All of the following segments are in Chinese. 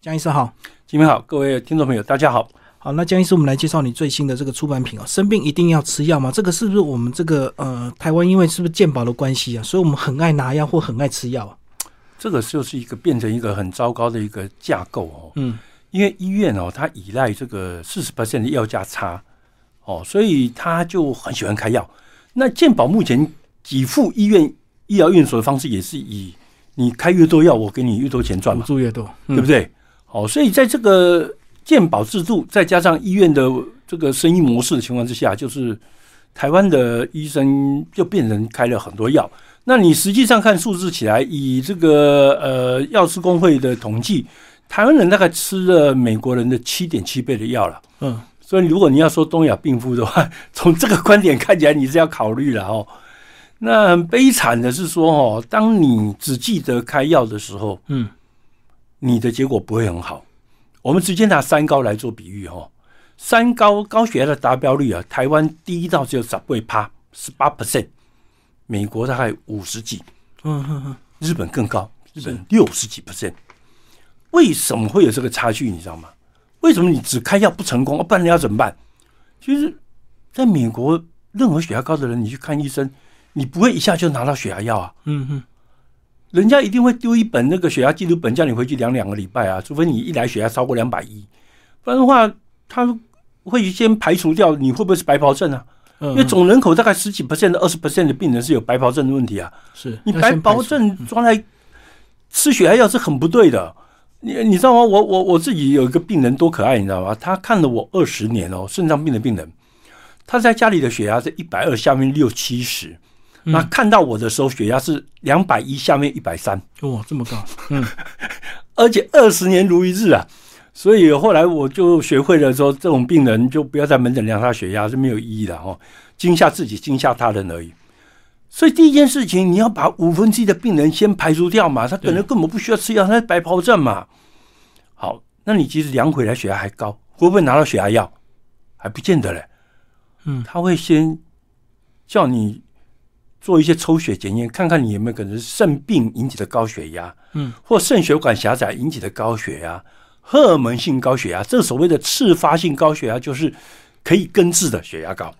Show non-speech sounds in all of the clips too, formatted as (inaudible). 江医师好，金明好，各位听众朋友，大家好。好，那江医师，我们来介绍你最新的这个出版品哦。生病一定要吃药吗？这个是不是我们这个呃台湾因为是不是健保的关系啊，所以我们很爱拿药或很爱吃药啊？这个就是一个变成一个很糟糕的一个架构哦，嗯，因为医院哦，它依赖这个四十 percent 的药价差哦，所以他就很喜欢开药。那健保目前给付医院医疗院所的方式也是以你开越多药，我给你越多钱赚补嘛，嗯助越多，对不对？对？哦，所以在这个健保制度再加上医院的这个生意模式的情况之下，就是台湾的医生就变成开了很多药。那你实际上看数字起来，以这个呃药师工会的统计，台湾人大概吃了美国人的七点七倍的药了。嗯，所以如果你要说东亚病夫的话， (laughs) 从这个观点看起来你是要考虑了哦。那很悲惨的是说哦，当你只记得开药的时候，嗯，你的结果不会很好。我们直接拿三高来做比喻哦，三高高血压的达标率啊，台湾第一到只有十倍趴，十八 percent，美国大概五十几，嗯嗯嗯，日本更高，日本六十几 percent。为什么会有这个差距？你知道吗？为什么你只开药不成功，啊不然你要怎么办？其实，在美国，任何血压高的人，你去看医生，你不会一下就拿到血压药啊，嗯嗯，人家一定会丢一本那个血压记录本，叫你回去量两个礼拜啊，除非你一来血压超过两百一，不然的话，他会先排除掉你会不会是白袍症啊？嗯因为总人口大概十几 percent 到二十 percent 的病人是有白袍症的问题啊。是你要白先排保除嗯证抓来吃血压药是很不对的。你你知道吗？我我我自己有一个病人多可爱，你知道吗？他看了我二十年哦，肾脏病的病人，他在家里的血压是一百二下面六七十，嗯那看到我的时候血压是两百一下面一百三，哇这么 (laughs) 高，嗯，而且二十年如一日啊。所以后来我就学会了说，这种病人就不要在门诊量他血压是没有意义的哦，惊吓自己，惊吓他人而已。所以第一件事情，你要把五分之一的病人先排除掉嘛，他可能根本不需要吃药，他是白袍症嘛。好，那你即使量回来血压还高，会不会拿到血压药？还不见得嘞。嗯他会先叫你做一些抽血检验，看看你有没有可能是肾病引起的高血压，嗯，或肾血管狭窄引起的高血压，荷尔蒙性高血压，这所谓的次发性高血压就是可以根治的血压高。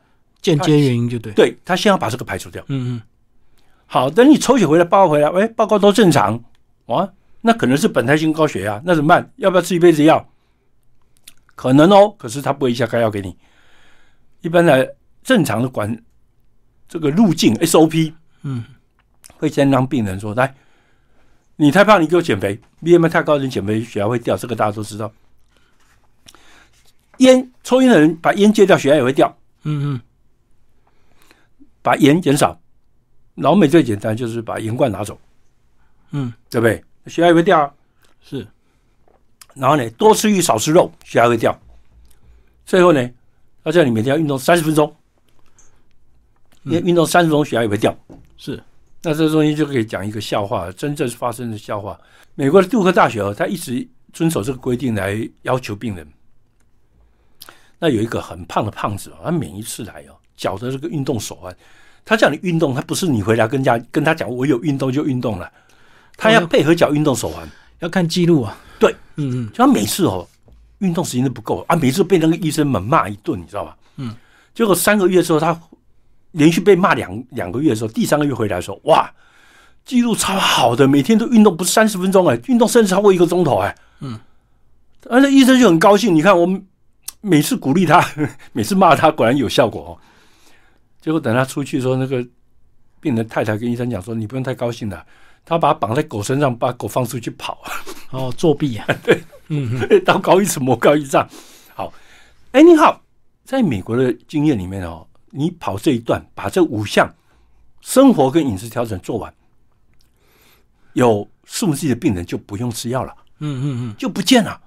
间接原因就对，对他先要把这个排除掉。嗯嗯，好，等你抽血回来，报告回来，哎，报告都正常，啊，那可能是本态性高血压，那怎么办？要不要吃一辈子药？可能哦，可是他不会一下开药给你。一般的正常的管这个路径 SOP，嗯，会先让病人说，来，你太胖，你给我减肥，BMI 太高，你减肥血压会掉，这个大家都知道。烟抽烟的人把烟戒掉，血压也会掉。嗯嗯，把盐减少。老美最简单就是把盐罐拿走，嗯，对不对？血压也会掉啊。是，然后呢，多吃鱼少吃肉，血压会掉。最后呢，他叫你每天要运动三十分钟，因为运动三十分钟血压也会掉。是，那这中间就可以讲一个笑话，真正发生的笑话。美国的杜克大学哦，他一直遵守这个规定来要求病人。那有一个很胖的胖子哦，他每一次来哦，脚的这个运动手腕，他叫你运动，他不是你回来跟家跟他讲我有运动就运动了，他要配合脚运动手腕。要看记录啊，对，嗯嗯，就他每次哦，运动时间都不够啊，每次被那个医生们骂一顿，你知道吧？嗯，结果三个月之后，他连续被骂两两个月的时候，第三个月回来说，哇，记录超好的，每天都运动不是三十分钟哎、运动甚至超过一个钟头哎、嗯，而且医生就很高兴，你看我们每次鼓励他， (laughs) 每次骂他，果然有效果哦。结果等他出去说，那个病人太太跟医生讲说，你不用太高兴了。他把他绑在狗身上，把狗放出去跑，哦，作弊哎啊，对，嗯 (laughs) 嗯，道高一尺，魔高一丈。好，哎，你好，在美国的经验里面哦，你跑这一段，把这五项生活跟饮食调整做完，有四分之一的病人就不用吃药了，嗯嗯嗯，就不见了，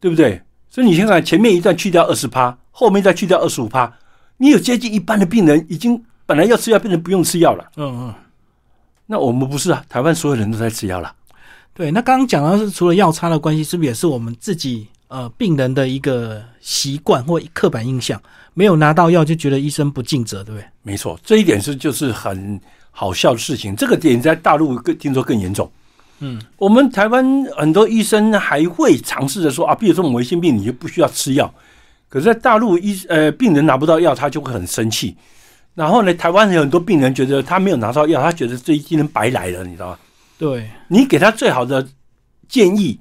对不对？所以你想想，前面一段去掉二十趴，后面再去掉二十五趴，你有接近一半的病人已经本来要吃药，变成不用吃药了。嗯嗯。那我们不是啊，台湾所有人都在吃药了。对，那刚刚讲到是除了药差的关系，是不是也是我们自己呃病人的一个习惯或刻板印象？没有拿到药就觉得医生不尽责，对不对？没错，这一点是就是很好笑的事情。这个点在大陆更听说更严重，嗯，我们台湾呃很多医生还会尝试着说啊，比如说我们性病，你就不需要吃药。可是，在大陆医呃病人拿不到药，他就会很生气。然后呢，台湾有很多病人觉得他没有拿到药，他觉得这一今天白来了，你知道吗？对，你给他最好的建议，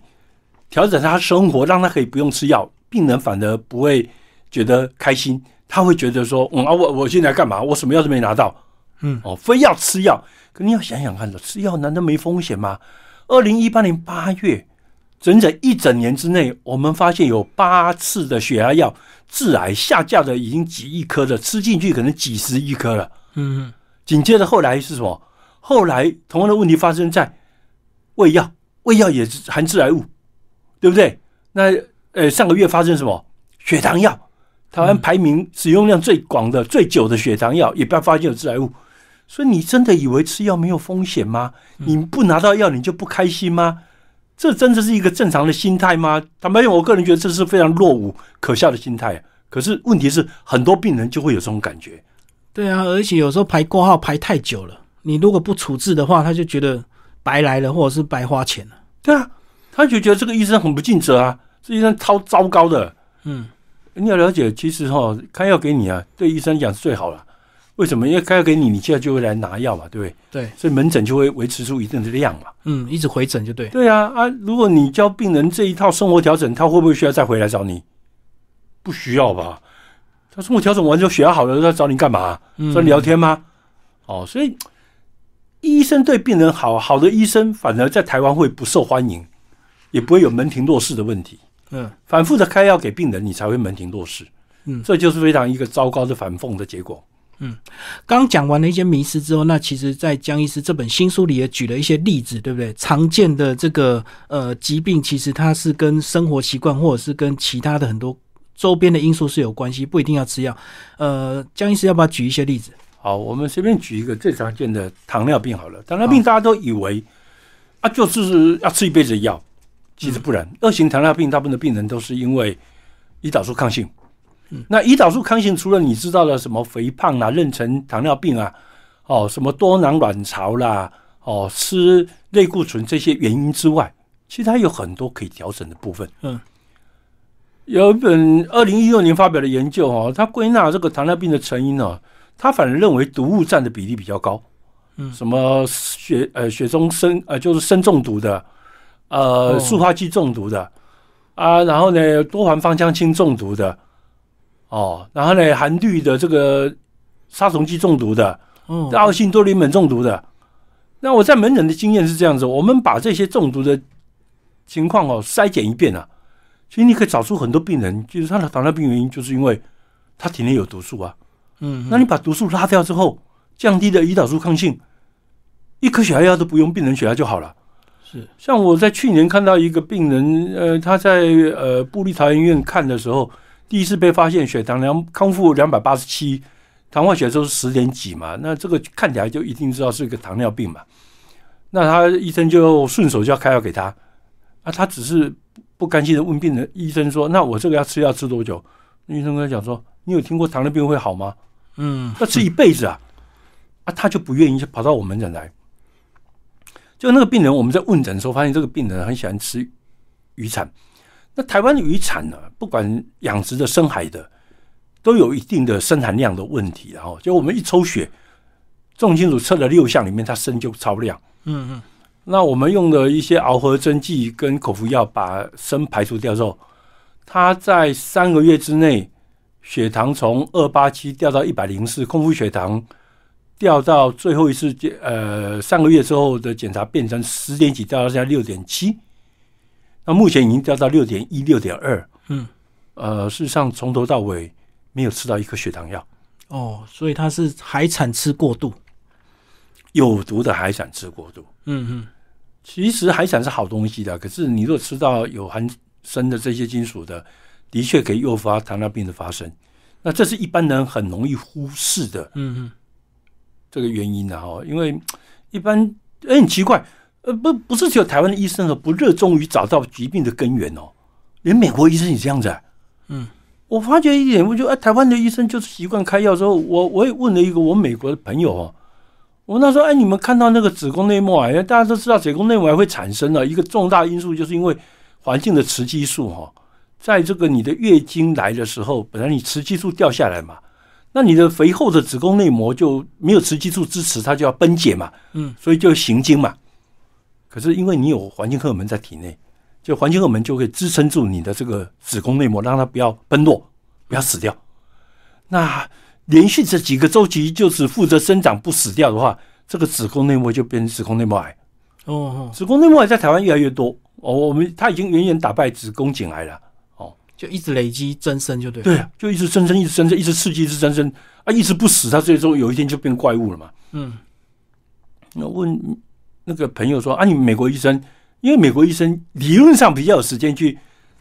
调整他生活，让他可以不用吃药，病人反而不会觉得开心，他会觉得说，嗯啊，我我现在干嘛？我什么药都没拿到，嗯，哦，非要吃药。可你要想想看的，吃药难道没风险吗？二零一八年八月，整整一整年之内，我们发现有八次的血压药致癌下架的已经几亿颗了，吃进去可能几十亿颗了。嗯，紧接着后来是什么？后来同样的问题发生在胃药，胃药也是含致癌物，对不对？那呃，上个月发生什么？血糖药，台湾排名使用量最广的、最久的血糖药，也被发现有致癌物。所以你真的以为吃药没有风险吗？你不拿到药你就不开心吗？这真的是一个正常的心态吗？坦白讲，我个人觉得这是非常落伍、可笑的心态。啊可是问题是，很多病人就会有这种感觉。对啊，而且有时候排挂号排太久了，你如果不处置的话，他就觉得白来了，或者是白花钱了。对啊，他就觉得这个医生很不尽责啊，这医生超糟糕的。嗯，你要了解，其实哈、开药给你啊，对医生讲是最好了。为什么？因为开药给你，你现在就会来拿药嘛，对不对？对，所以门诊就会维持住一定的量嘛。嗯，一直回诊就对。对啊，啊，如果你教病人这一套生活调整，他会不会需要再回来找你？不需要吧？他生活调整完之后血压好了，他找你干嘛？嗯在聊天吗？哦，所以医生对病人好，好的医生反而在台湾会不受欢迎，也不会有门庭若市的问题。嗯，反复的开药给病人，你才会门庭若市。嗯这就是非常一个糟糕的反讽的结果。刚讲完了一些迷思之后，那其实，在江医师这本新书里也举了一些例子，对不对？常见的这个呃疾病，其实它是跟生活习惯或者是跟其他的很多周边的因素是有关系，不一定要吃药。呃，江医师要不要举一些例子？好，我们随便举一个最常见的糖尿病好了。糖尿病大家都以为啊，就是要吃一辈子的药，其实不然。二型糖尿病大部分的病人都是因为胰岛素抗性。那胰岛素抗性除了你知道的什么肥胖啦、妊娠糖尿病啊，哦，什么多囊卵巢啦，哦，吃类固醇这些原因之外，其实它有很多可以调整的部分。嗯，有一本二零一六年发表的研究哦，它归纳这个糖尿病的成因哦，他反而认为毒物占的比例比较高。嗯什么血呃血中砷呃就是砷中毒的，呃哦塑化剂中毒的啊，然后呢多环芳香烃中毒的，哦，然后呢含氯的这个杀虫剂中毒的，哦，奥性多氯苯中毒的。那我在门诊的经验是这样子，我们把这些中毒的情况哦筛检一遍啊，其实你可以找出很多病人，就是他的糖尿病原因就是因为他体内有毒素啊。嗯，那你把毒素拉掉之后，降低了胰岛素抗性，一颗血压药都不用，病人血压就好了。是，像我在去年看到一个病人，呃，他在呃布利桃园医院看的时候，第一次被发现血糖量康复两百八十七，糖化血都是十点几嘛，那这个看起来就一定知道是一个糖尿病嘛。那他医生就顺手就要开药给他，啊，他只是不甘心的问病人医生说：“那我这个要吃药吃多久？”医生跟他讲说：“你有听过糖尿病会好吗？”嗯要吃一辈子啊，啊，他就不愿意，就跑到我门诊来。就那个病人，我们在问诊的时候发现，这个病人很喜欢吃渔产。那台湾的渔产呢、不管养殖的、深海的，都有一定的生产量的问题。然后，就我们一抽血，重金属测了六项里面，它砷就超量。嗯嗯，那我们用的一些螯合针剂跟口服药把砷排除掉之后，他在三个月之内，血糖从二八七掉到一百零四，空腹血糖掉到最后一次检呃三个月之后的检查变成十点几，掉到现在六点七，那目前已经掉到六点一、六点二。嗯，呃，事实上从头到尾没有吃到一颗血糖药。哦，所以它是海产吃过度。有毒的海产吃过度，嗯嗯，其实海产是好东西的，可是你如果吃到有含砷的这些金属的，的确可以诱发糖尿病的发生。那这是一般人很容易忽视的嗯嗯，这个原因的、哈，因为一般哎、很奇怪，呃不不是只有台湾的医生哦，不热衷于找到疾病的根源哦，连美国医生也这样子、啊嗯，我发觉啊一点，我就哎、台湾的医生就是习惯开药之后，我我也问了一个我美国的朋友哦，我那时候，哎，你们看到那个子宫内膜癌，大家都知道子宫内膜癌会产生啊的一个重大因素，就是因为环境的雌激素哈、在这个你的月经来的时候，本来你雌激素掉下来嘛，那你的肥厚的子宫内膜就没有雌激素支持，它就要崩解嘛，嗯，所以就行经嘛。可是因为你有环境荷尔蒙在体内，就环境荷尔蒙就会支撑住你的这个子宫内膜，让它不要崩落，不要死掉。那连续这几个周期就是负责生长不死掉的话，这个子宫内膜就变成子宫内膜癌。哦哦，子宫内膜癌在台湾越来越多哦，我们它已经远远打败子宫颈癌了。就一直累积增生就对了。对啊，就一直增生，一直增生，一直刺激，一直增生啊，一直不死，它最终有一天就变怪物了嘛。嗯，那问那个朋友说啊，你美国医生，因为美国医生理论上比较有时间去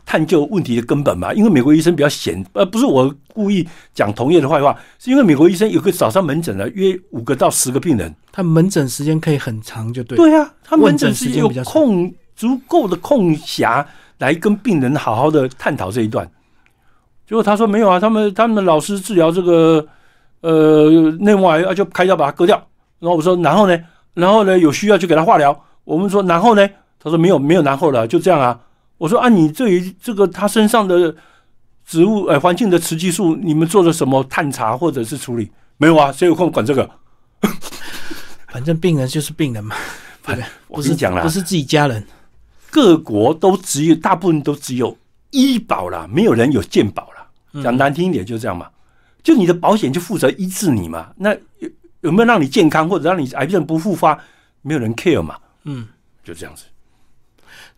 探究问题的根本嘛，因为美国医生比较闲，呃，不是我故意讲同业的坏话，是因为美国医生有个早上门诊呢，约五个到十个病人，他门诊时间可以很长就对了。对呀、他门诊问诊是时间有比较长空足够的空暇来跟病人好好的探讨这一段。结果他说没有啊，他们他们的老师治疗这个呃内膜癌啊，就开刀把它割掉。然后我说然后呢，然后呢有需要就给他化疗。我们说然后呢，他说没有没有然后了，就这样啊。我说啊，你对于这个他身上的植物呃环境的雌激素，你们做了什么探查或者是处理？没有啊，谁有空管这个？反正病人就是病人嘛， (laughs) 反对我不跟是你讲啦，不是自己家人。各国都只有大部分都只有医保啦，没有人有健保啦。讲难听一点就这样嘛，就你的保险就负责医治你嘛。那有有没有让你健康或者让你癌症不复发，没有人 care 嘛，嗯，就这样子。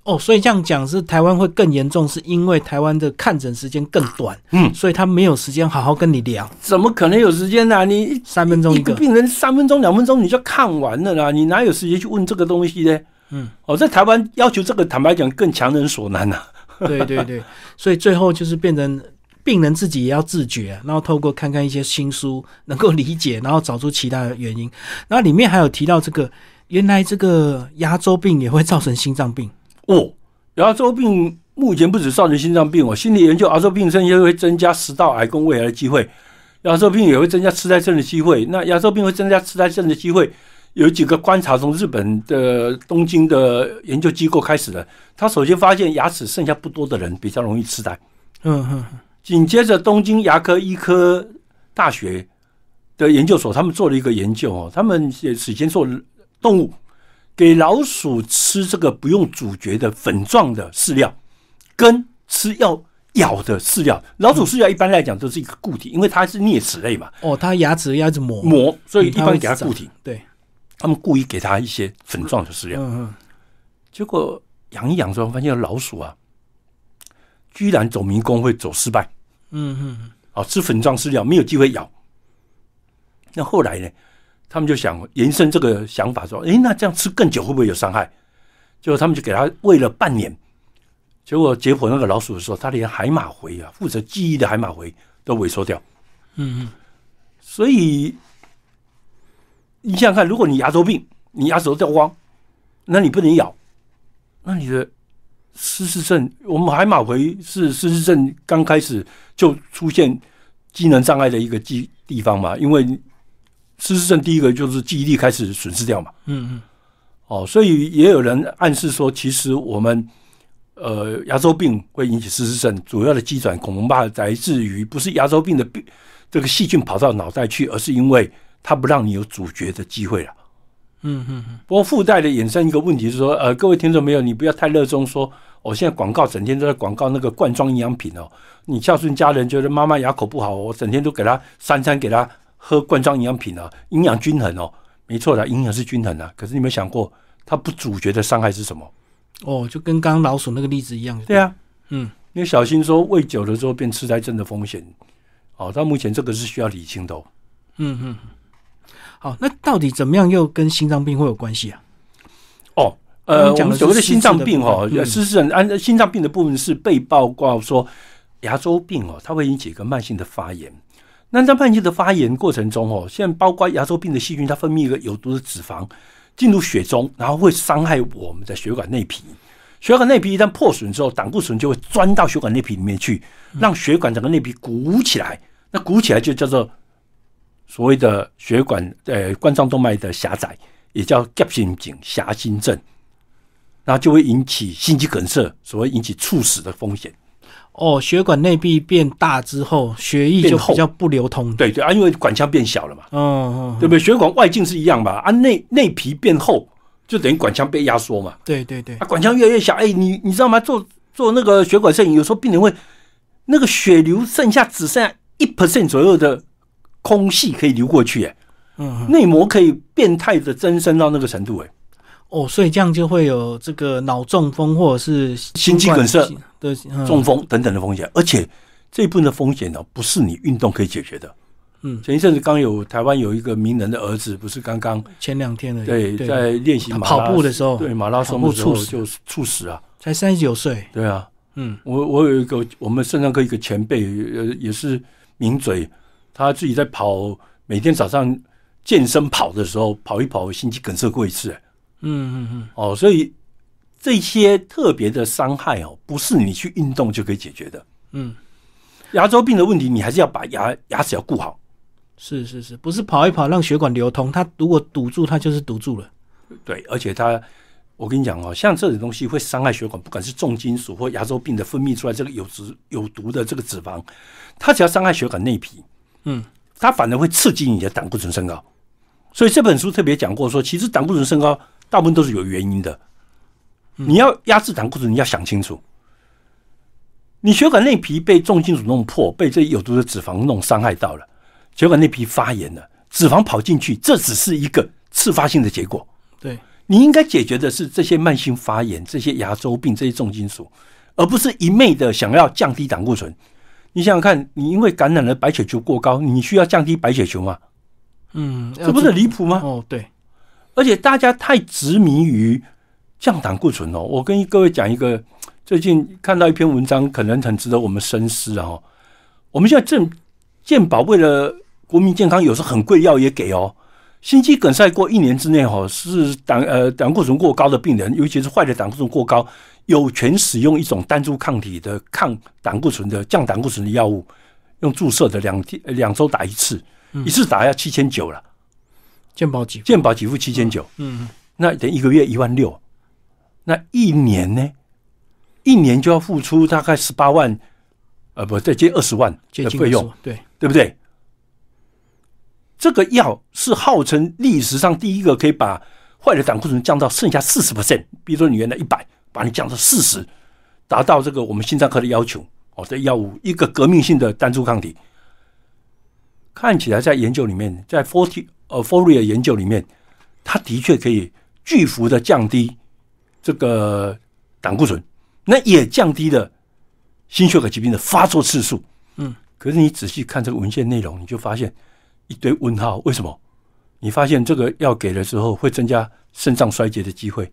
哦，所以这样讲是台湾会更严重，是因为台湾的看诊时间更短，嗯所以他没有时间好好跟你聊，怎么可能有时间呢、啊你一三分钟一一个个。病人三分钟、两分钟你就看完了啦，你哪有时间去问这个东西呢？嗯，哦，在台湾要求这个，坦白讲更强人所难啊 (laughs) 呐、对对对，所以最后就是变成病人自己也要自觉、啊然后透过看看一些新书，能够理解，然后找出其他的原因。然后里面还有提到这个，原来这个牙周病也会造成心脏病。哦，牙周病目前不止造成心脏病哦，心理研究牙周病甚至会增加食道癌跟胃癌的机会，牙周病也会增加痴呆症的机会。那牙周病会增加痴呆症的机会，有几个观察从日本的东京的研究机构开始的，他首先发现牙齿剩下不多的人比较容易痴呆。嗯嗯，嗯紧接着，东京牙科医科大学的研究所，他们做了一个研究哦，他们也首先做动物，给老鼠吃这个不用咀嚼的粉状的饲料，跟吃要咬的饲料。老鼠饲料一般来讲都是一个固体，因为它是啮齿类嘛，哦，他牙齿要一直磨，磨，所以一嗯它般会给它长固体。对，他们故意给它一些粉状的饲料。嗯嗯，结果养一养之后，发现老鼠啊，居然走迷宫会走失败。嗯嗯，啊，吃粉状饲料没有机会咬。那后来呢，他们就想延伸这个想法，说，诶，那这样吃更久会不会有伤害？结果他们就给它喂了半年，结果解剖那个老鼠的时候，它连海马回啊，负责记忆的海马回都萎缩掉。嗯嗯，所以你想想看，如果你牙周病，你牙齿都掉光，那你不能咬，那你的失智症，我们海马回是失智症刚开始就出现机能障碍的一个地地方嘛，因为失智症第一个就是记忆力开始损失掉嘛。嗯嗯，哦，所以也有人暗示说，其实我们呃牙周病会引起失智症，主要的机转恐怕来自于不是牙周病的病这个细菌跑到脑袋去，而是因为它不让你有咀嚼的机会了。嗯嗯嗯，不过附带的衍生一个问题是说，呃，各位听众朋友，你不要太热衷说，我、现在广告整天都在广告那个罐装营养品哦。你孝顺家人，觉得妈妈牙口不好，我整天都给她三餐给她喝罐装营养品啊，营养均衡哦，没错的，营养是均衡的。可是你有没有想过，它不主角的伤害是什么？哦，就跟刚刚老鼠那个例子一样。对啊，嗯，你要小心说喂久了之后变痴呆症的风险。哦，到目前这个是需要理清的、哦。嗯嗯，好，那到底怎么样又跟心脏病会有关系啊？哦，刚呃，刚我讲的们是所谓的心脏病失哦智的部，分嗯失智症按心脏病的部分是被报告说牙周病哦，它会引起一个慢性的发炎。那在慢性的发炎过程中哦，现在包括牙周病的细菌，它分泌一个有毒的脂肪进入血中，然后会伤害我们的血管内皮。血管内皮一旦破损之后，胆固醇就会钻到血管内皮里面去，让血管整个内皮鼓起来。那鼓起来就叫做所谓的血管呃冠状动脉的狭窄，也叫 gap 心颈狭心症，那就会引起心肌梗塞，所谓引起猝死的风险。哦，血管内壁变大之后，血液就变厚比较不流通。，对对啊，因为管腔变小了嘛，嗯嗯，对不对？血管外径是一样吧？啊，内内皮变厚，就等于管腔被压缩嘛。对对对，啊，管腔越来越小，哎，你你知道吗？做做那个血管摄影，有时候病人会那个血流剩下只剩下一 percent 左右的空隙可以流过去，哎，嗯，嗯内膜可以变态的增生到那个程度，哎，哦，所以这样就会有这个脑中风或者是心肌梗塞冠的嗯中风等等的风险，而且这一部分的风险呢、不是你运动可以解决的。嗯前一阵子刚有台湾有一个名人的儿子，不是刚刚前两天的对在练习他马拉跑步的时候对马拉松跑的步时候猝死就猝死啊，才三十九岁，对啊，嗯我我有一个我们肾脏科一个前辈，呃，也是名嘴，他自己在跑，每天早上健身跑的时候跑一跑，心肌梗塞过一次、哎嗯嗯嗯，哦，所以这些特别的伤害哦，不是你去运动就可以解决的。嗯，牙周病的问题，你还是要把牙牙齿要顾好。是是是，不是跑一跑让血管流通，它如果堵住，它就是堵住了。对，而且它，我跟你讲哦，像这种东西会伤害血管，不管是重金属或牙周病的分泌出来这个有脂有毒的这个脂肪，它只要伤害血管内皮，嗯，它反而会刺激你的胆固醇升高。所以这本书特别讲过说，其实胆固醇升高大部分都是有原因的。你要压制胆固醇，你要想清楚。你血管内皮被重金属弄破，被这有毒的脂肪弄伤害到了，血管内皮发炎了，脂肪跑进去，这只是一个次发性的结果。对，你应该解决的是这些慢性发炎、这些牙周病、这些重金属，而不是一昧的想要降低胆固醇。你想想看，你因为感染了白血球过高，你需要降低白血球吗？嗯，这不是离谱吗？哦，对，而且大家太执迷于降胆固醇哦。我跟各位讲一个，最近看到一篇文章，可能很值得我们深思啊、哦。我们现在正健保为了国民健康，有时候很贵药也给哦。心肌梗塞过一年之内哦，是胆呃胆固醇过高的病人，尤其是坏的胆固醇过高，有权使用一种单株抗体的抗胆固醇的降胆固醇的药物，用注射的两天呃两周打一次，一次打要七千九了，健保给付，健保给付七千九。嗯，那等于一个月一万六，那一年呢？一年就要付出大概十八万，呃，不，再接二十万接的近费用20，，对，对不对？这个药是号称历史上第一个可以把坏的胆固醇降到剩下四十 percent，比如说你原来一百，把你降到四十，达到这个我们心脏科的要求哦。这药物一个革命性的单株抗体，看起来在研究里面，在 Forty 呃 Fourier 研究里面，它的确可以巨幅的降低这个胆固醇，那也降低了心血管疾病的发作次数。可是你仔细看这个文献内容，你就发现一堆问号。为什么？你发现这个药给了之后会增加肾脏衰竭的机会，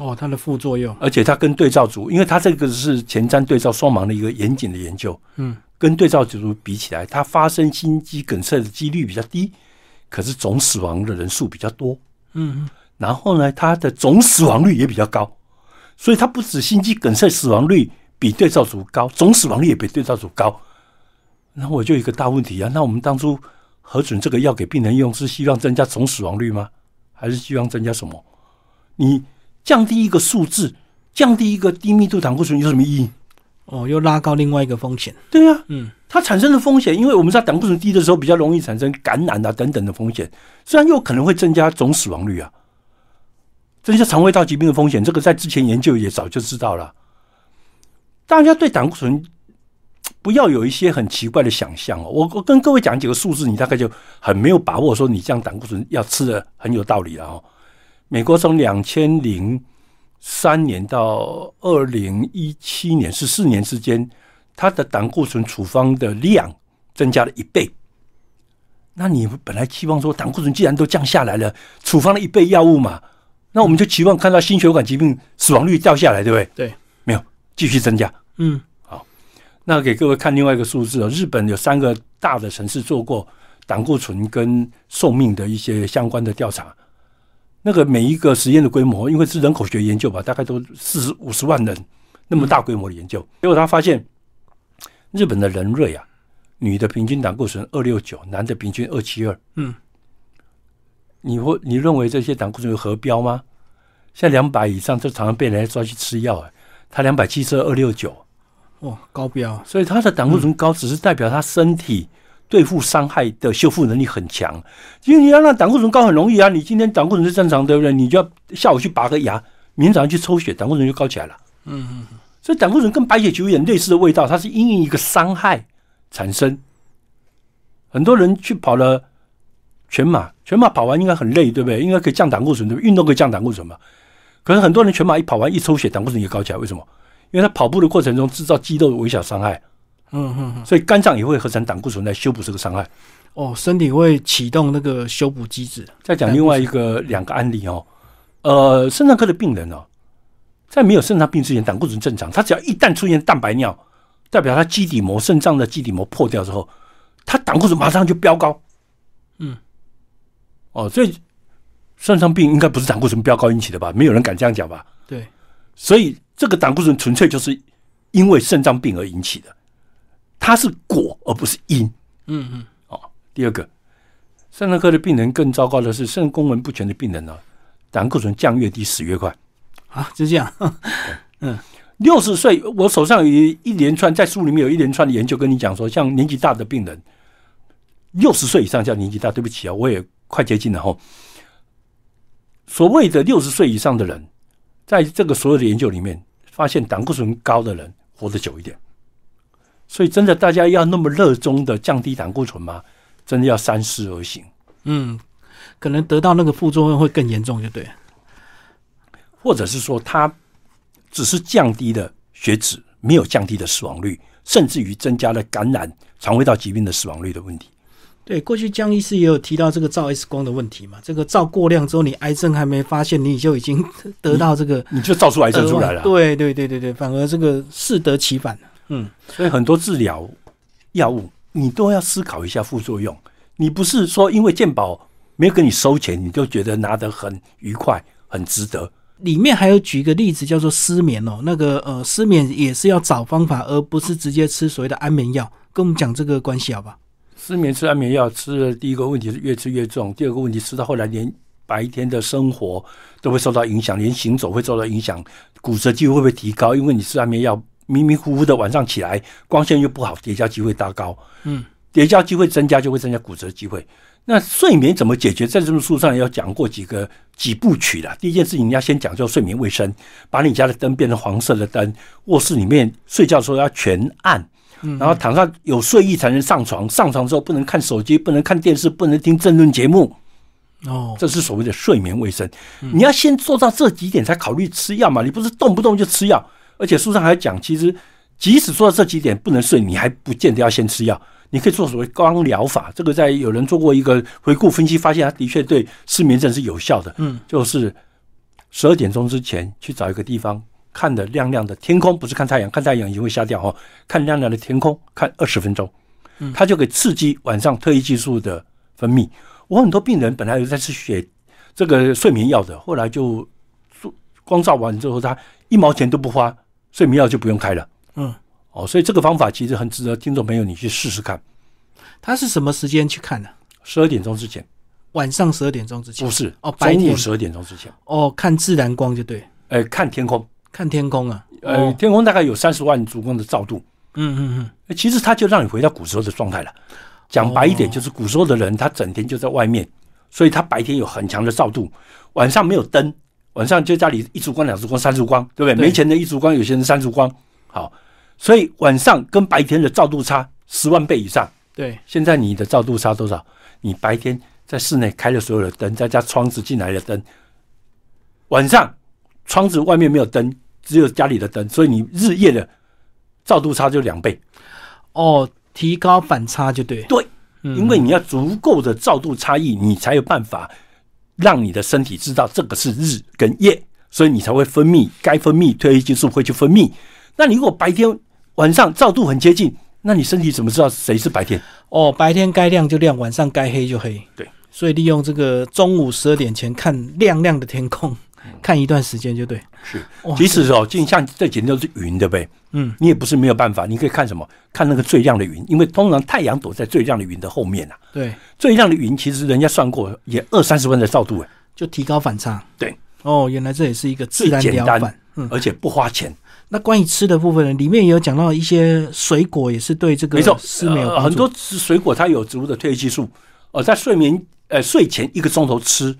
哦，它的副作用，而且它跟对照组，因为它这个是前瞻对照双盲的一个严谨的研究，嗯，跟对照组比起来，它发生心肌梗塞的几率比较低，可是总死亡的人数比较多，嗯嗯，然后呢，它的总死亡率也比较高，所以它不止心肌梗塞死亡率比对照组高，总死亡率也比对照组高。那我就有一个大问题啊，那我们当初核准这个药给病人用，是希望增加总死亡率吗？还是希望增加什么？你降低一个数字，降低一个低密度胆固醇有什么意义？哦，又拉高另外一个风险，对啊，嗯，它产生的风险，因为我们知道胆固醇低的时候比较容易产生感染啊等等的风险，虽然有可能会增加总死亡率啊，增加肠胃道疾病的风险，这个在之前研究也早就知道了。大家对胆固醇嘖不要有一些很奇怪的想象哦。我我跟各位讲几个数字，你大概就很没有把握说你这样胆固醇要吃的很有道理了哦。美国从两千零三年到二零一七年十四年之间，它的胆固醇处方的量增加了一倍。那你本来期望说胆固醇既然都降下来了，处方了一倍药物嘛，那我们就期望看到心血管疾病死亡率掉下来，对不对？对，没有，继续增加。嗯，那给各位看另外一个数字哦，日本有三个大的城市做过胆固醇跟寿命的一些相关的调查。那个每一个实验的规模，因为是人口学研究吧，大概都四十五十万人那么大规模的研究，结果他发现日本的人瑞啊，女的平均胆固醇二六九，男的平均二七二。嗯，你会你认为这些胆固醇有合标吗？现在两百以上，就常常被人家抓去吃药、哎他两百七十二六九，哇，高标，啊所以他的胆固醇高，只是代表他身体对付伤害的修复能力很强。因为你要让胆固醇高很容易啊，你今天胆固醇是正常，对不对？你就要下午去拔个牙，明天早上去抽血，胆固醇就高起来了。嗯嗯，所以胆固醇跟白血球有点类似的味道，它是因应一个伤害产生。很多人去跑了全马，全马跑完应该很累，对不对？应该可以降胆固醇，对不对？运动可以降胆固醇嘛？可是很多人全马一跑完一抽血，胆固醇也高起来，为什么？因为他跑步的过程中制造肌肉的微小伤害，嗯嗯嗯，所以肝脏也会合成胆固醇来修补这个伤害。哦，身体会启动那个修补机制，再讲另外一个两个案例哦，呃，肾脏科的病人哦，在没有肾脏病之前，胆固醇正常，他只要一旦出现蛋白尿，代表他基底膜肾脏的基底膜破掉之后，他胆固醇马上就飙高。嗯，哦，所以肾脏病应该不是胆固醇飙高引起的吧？没有人敢这样讲吧？对，所以这个胆固醇纯粹就是因为肾脏病而引起的，它是果而不是因。嗯嗯，第二个，肾脏科的病人更糟糕的是，肾功能不全的病人呢、啊胆固醇降越低死越快。啊，就这样， (laughs) 六十岁，我手上有一连串在书里面有一连串的研究跟你讲说，像年纪大的病人，六十岁以上叫年纪大，对不起啊，我也快接近了哈。所谓的六十岁以上的人，在这个所有的研究里面，发现胆固醇高的人活得久一点。所以真的大家要那么热衷的降低胆固醇吗？真的要三思而行。嗯，可能得到那个副作用会更严重，就对了，或者是说它只是降低了血脂，没有降低的死亡率，甚至于增加了感染肠胃道疾病的死亡率的问题。对，过去江医师也有提到这个照 X 光的问题嘛，这个照过量之后，你癌症还没发现，你就已经 (laughs) 得到这个你就造嗯出癌症出来了额外。对对对对对，反而这个适得其反嗯，所以很多治疗药物你都要思考一下副作用。你不是说因为健保没有给你收钱，你就觉得拿得很愉快、很值得。里面还有举一个例子叫做失眠哦，那个呃失眠也是要找方法，而不是直接吃所谓的安眠药。跟我们讲这个关系好吧？失眠吃安眠药吃了，第一个问题是越吃越重，第二个问题吃到后来连白天的生活都会受到影响，连行走会受到影响，骨折机会会不会提高？因为你吃安眠药，迷迷糊糊的晚上起来，光线又不好，叠加机会大高。嗯，叠加机会增加，就会增加骨折机会。那睡眠怎么解决？在这本书上也有讲过几个几部曲啦。第一件事情，你要先讲究睡眠卫生，把你家的灯变成黄色的灯，卧室里面睡觉的时候要全暗。然后躺上有睡意才能上床，上床之后不能看手机，不能看电视，不能听政论节目，哦，这是所谓的睡眠卫生。你要先做到这几点，才考虑吃药嘛。你不是动不动就吃药，而且书上还讲，其实即使做到这几点不能睡，你还不见得要先吃药。你可以做所谓光疗法，这个在有人做过一个回顾分析，发现它的确对失眠症是有效的。嗯，就是十二点钟之前去找一个地方，看的亮亮的天空，不是看太阳，看太阳已经会瞎掉哦。看亮亮的天空，看二十分钟，嗯它就可以刺激晚上特异激素的分泌。我很多病人本来有在吃血这个睡眠药的，后来就做光照完之后，他一毛钱都不花，睡眠药就不用开了。嗯，哦，所以这个方法其实很值得听众朋友你去试试看。他是什么时间去看的、十二点钟之前晚上十二点钟之前不？是哦白中午天十二点钟之前，哦，看自然光就对，呃，看天空，看天空啊。呃，哦，天空大概有三十万烛光的照度，嗯嗯嗯，呃其实它就让你回到古时候的状态了。讲白一点，哦就是古时候的人，他整天就在外面，所以他白天有很强的照度，晚上没有灯，晚上就家里一烛光、两烛光、三烛光，对不对？对没钱的一烛光，有些人三烛光。好，所以晚上跟白天的照度差十万倍以上。对，现在你的照度差多少？你白天在室内开了所有的灯，再加窗子进来的灯，晚上窗子外面没有灯，只有家里的灯，所以你日夜的照度差就两倍。哦，提高反差就对。对，嗯因为你要足够的照度差异，你才有办法让你的身体知道这个是日跟夜，所以你才会分泌该分泌褪黑激素会去分泌。那你如果白天晚上照度很接近，那你身体怎么知道谁是白天？哦，白天该亮就亮，晚上该黑就黑。对，所以利用这个中午十二点前看亮亮的天空，嗯看一段时间就对。是哇，即使哦，就像这几天都是云，对不对？嗯，你也不是没有办法，你可以看什么？看那个最亮的云，因为通常太阳躲在最亮的云的后面啊。对，最亮的云其实人家算过也二三十万的照度、哎，就提高反差。对，哦，原来这也是一个自然最疗简单反。嗯，而且不花钱，那关于吃的部分呢，里面也有讲到一些水果也是对这个没错，失眠有呃帮很助。多水果它有植物的褪黑激素，呃，在睡眠呃睡前一个钟头吃，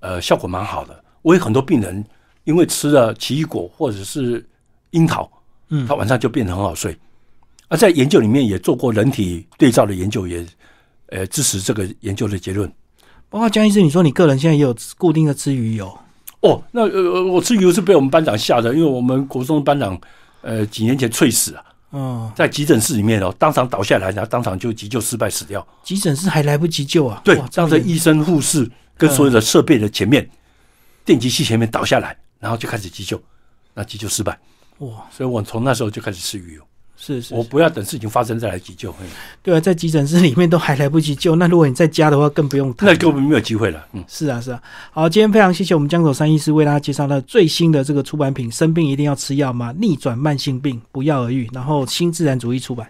呃，效果蛮好的。我有很多病人因为吃了奇异果或者是樱桃，嗯他晚上就变得很好睡。而在研究里面也做过人体对照的研究也，呃支持这个研究的结论。包括江医师，你说你个人现在也有固定的吃鱼油，哦，那呃我吃油是被我们班长吓的，因为我们国中班长呃几年前猝死啊，嗯，在急诊室里面哦，当场倒下来，然后当场就急救失败死掉。急诊室还来不及救啊。对哇，站在医生、护士跟所有的设备的前面，电极器前面倒下来，然后就开始急救，那急救失败，哇，所以我从那时候就开始吃鱼油，是是我不要等事情发生再来急救，嗯对啊，在急诊室里面都还来不及救，那如果你在家的话，更不用谈。那根本没有机会了。嗯，是啊，是啊。好，今天非常谢谢我们江口三医师为大家介绍到最新的这个出版品《生病一定要吃药吗？逆转慢性病，不药而愈》，然后新自然主义出版。